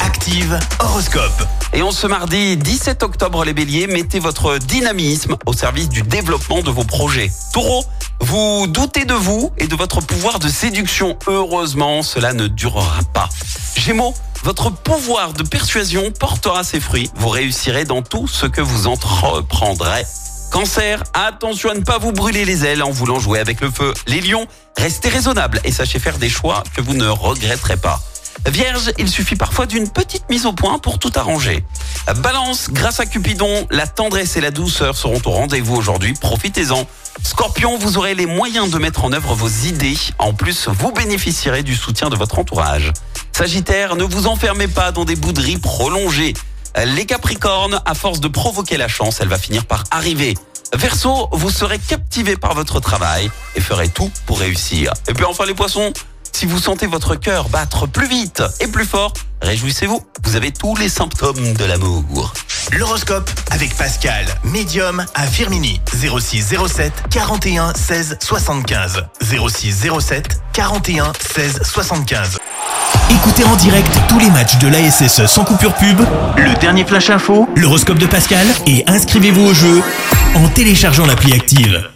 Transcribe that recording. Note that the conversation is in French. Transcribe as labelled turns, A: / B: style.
A: Active Horoscope.
B: Et on ce mardi 17 octobre, les béliers, mettez votre dynamisme au service du développement de vos projets. Taureau, vous doutez de vous et de votre pouvoir de séduction. Heureusement, cela ne durera pas. Gémeaux, votre pouvoir de persuasion portera ses fruits. Vous réussirez dans tout ce que vous entreprendrez. Cancer, attention à ne pas vous brûler les ailes en voulant jouer avec le feu. Les lions, restez raisonnables et sachez faire des choix que vous ne regretterez pas. Vierge, il suffit parfois d'une petite mise au point pour tout arranger. Balance, grâce à Cupidon, la tendresse et la douceur seront au rendez-vous aujourd'hui, profitez-en. Scorpion, vous aurez les moyens de mettre en œuvre vos idées, en plus vous bénéficierez du soutien de votre entourage. Sagittaire, ne vous enfermez pas dans des bouderies prolongées. Les Capricornes, à force de provoquer la chance, elle va finir par arriver. Verseau, vous serez captivé par votre travail et ferez tout pour réussir. Et puis enfin les poissons, si vous sentez votre cœur battre plus vite et plus fort, réjouissez-vous, vous avez tous les symptômes de l'amour.
A: L'horoscope avec Pascal, médium à Firmini. 06 07 41 16 75. 06 07 41 16 75. Écoutez en direct tous les matchs de l'ASSE sans coupure pub,
C: Le dernier flash info
A: l'horoscope de Pascal et inscrivez-vous au jeu en téléchargeant l'appli Active.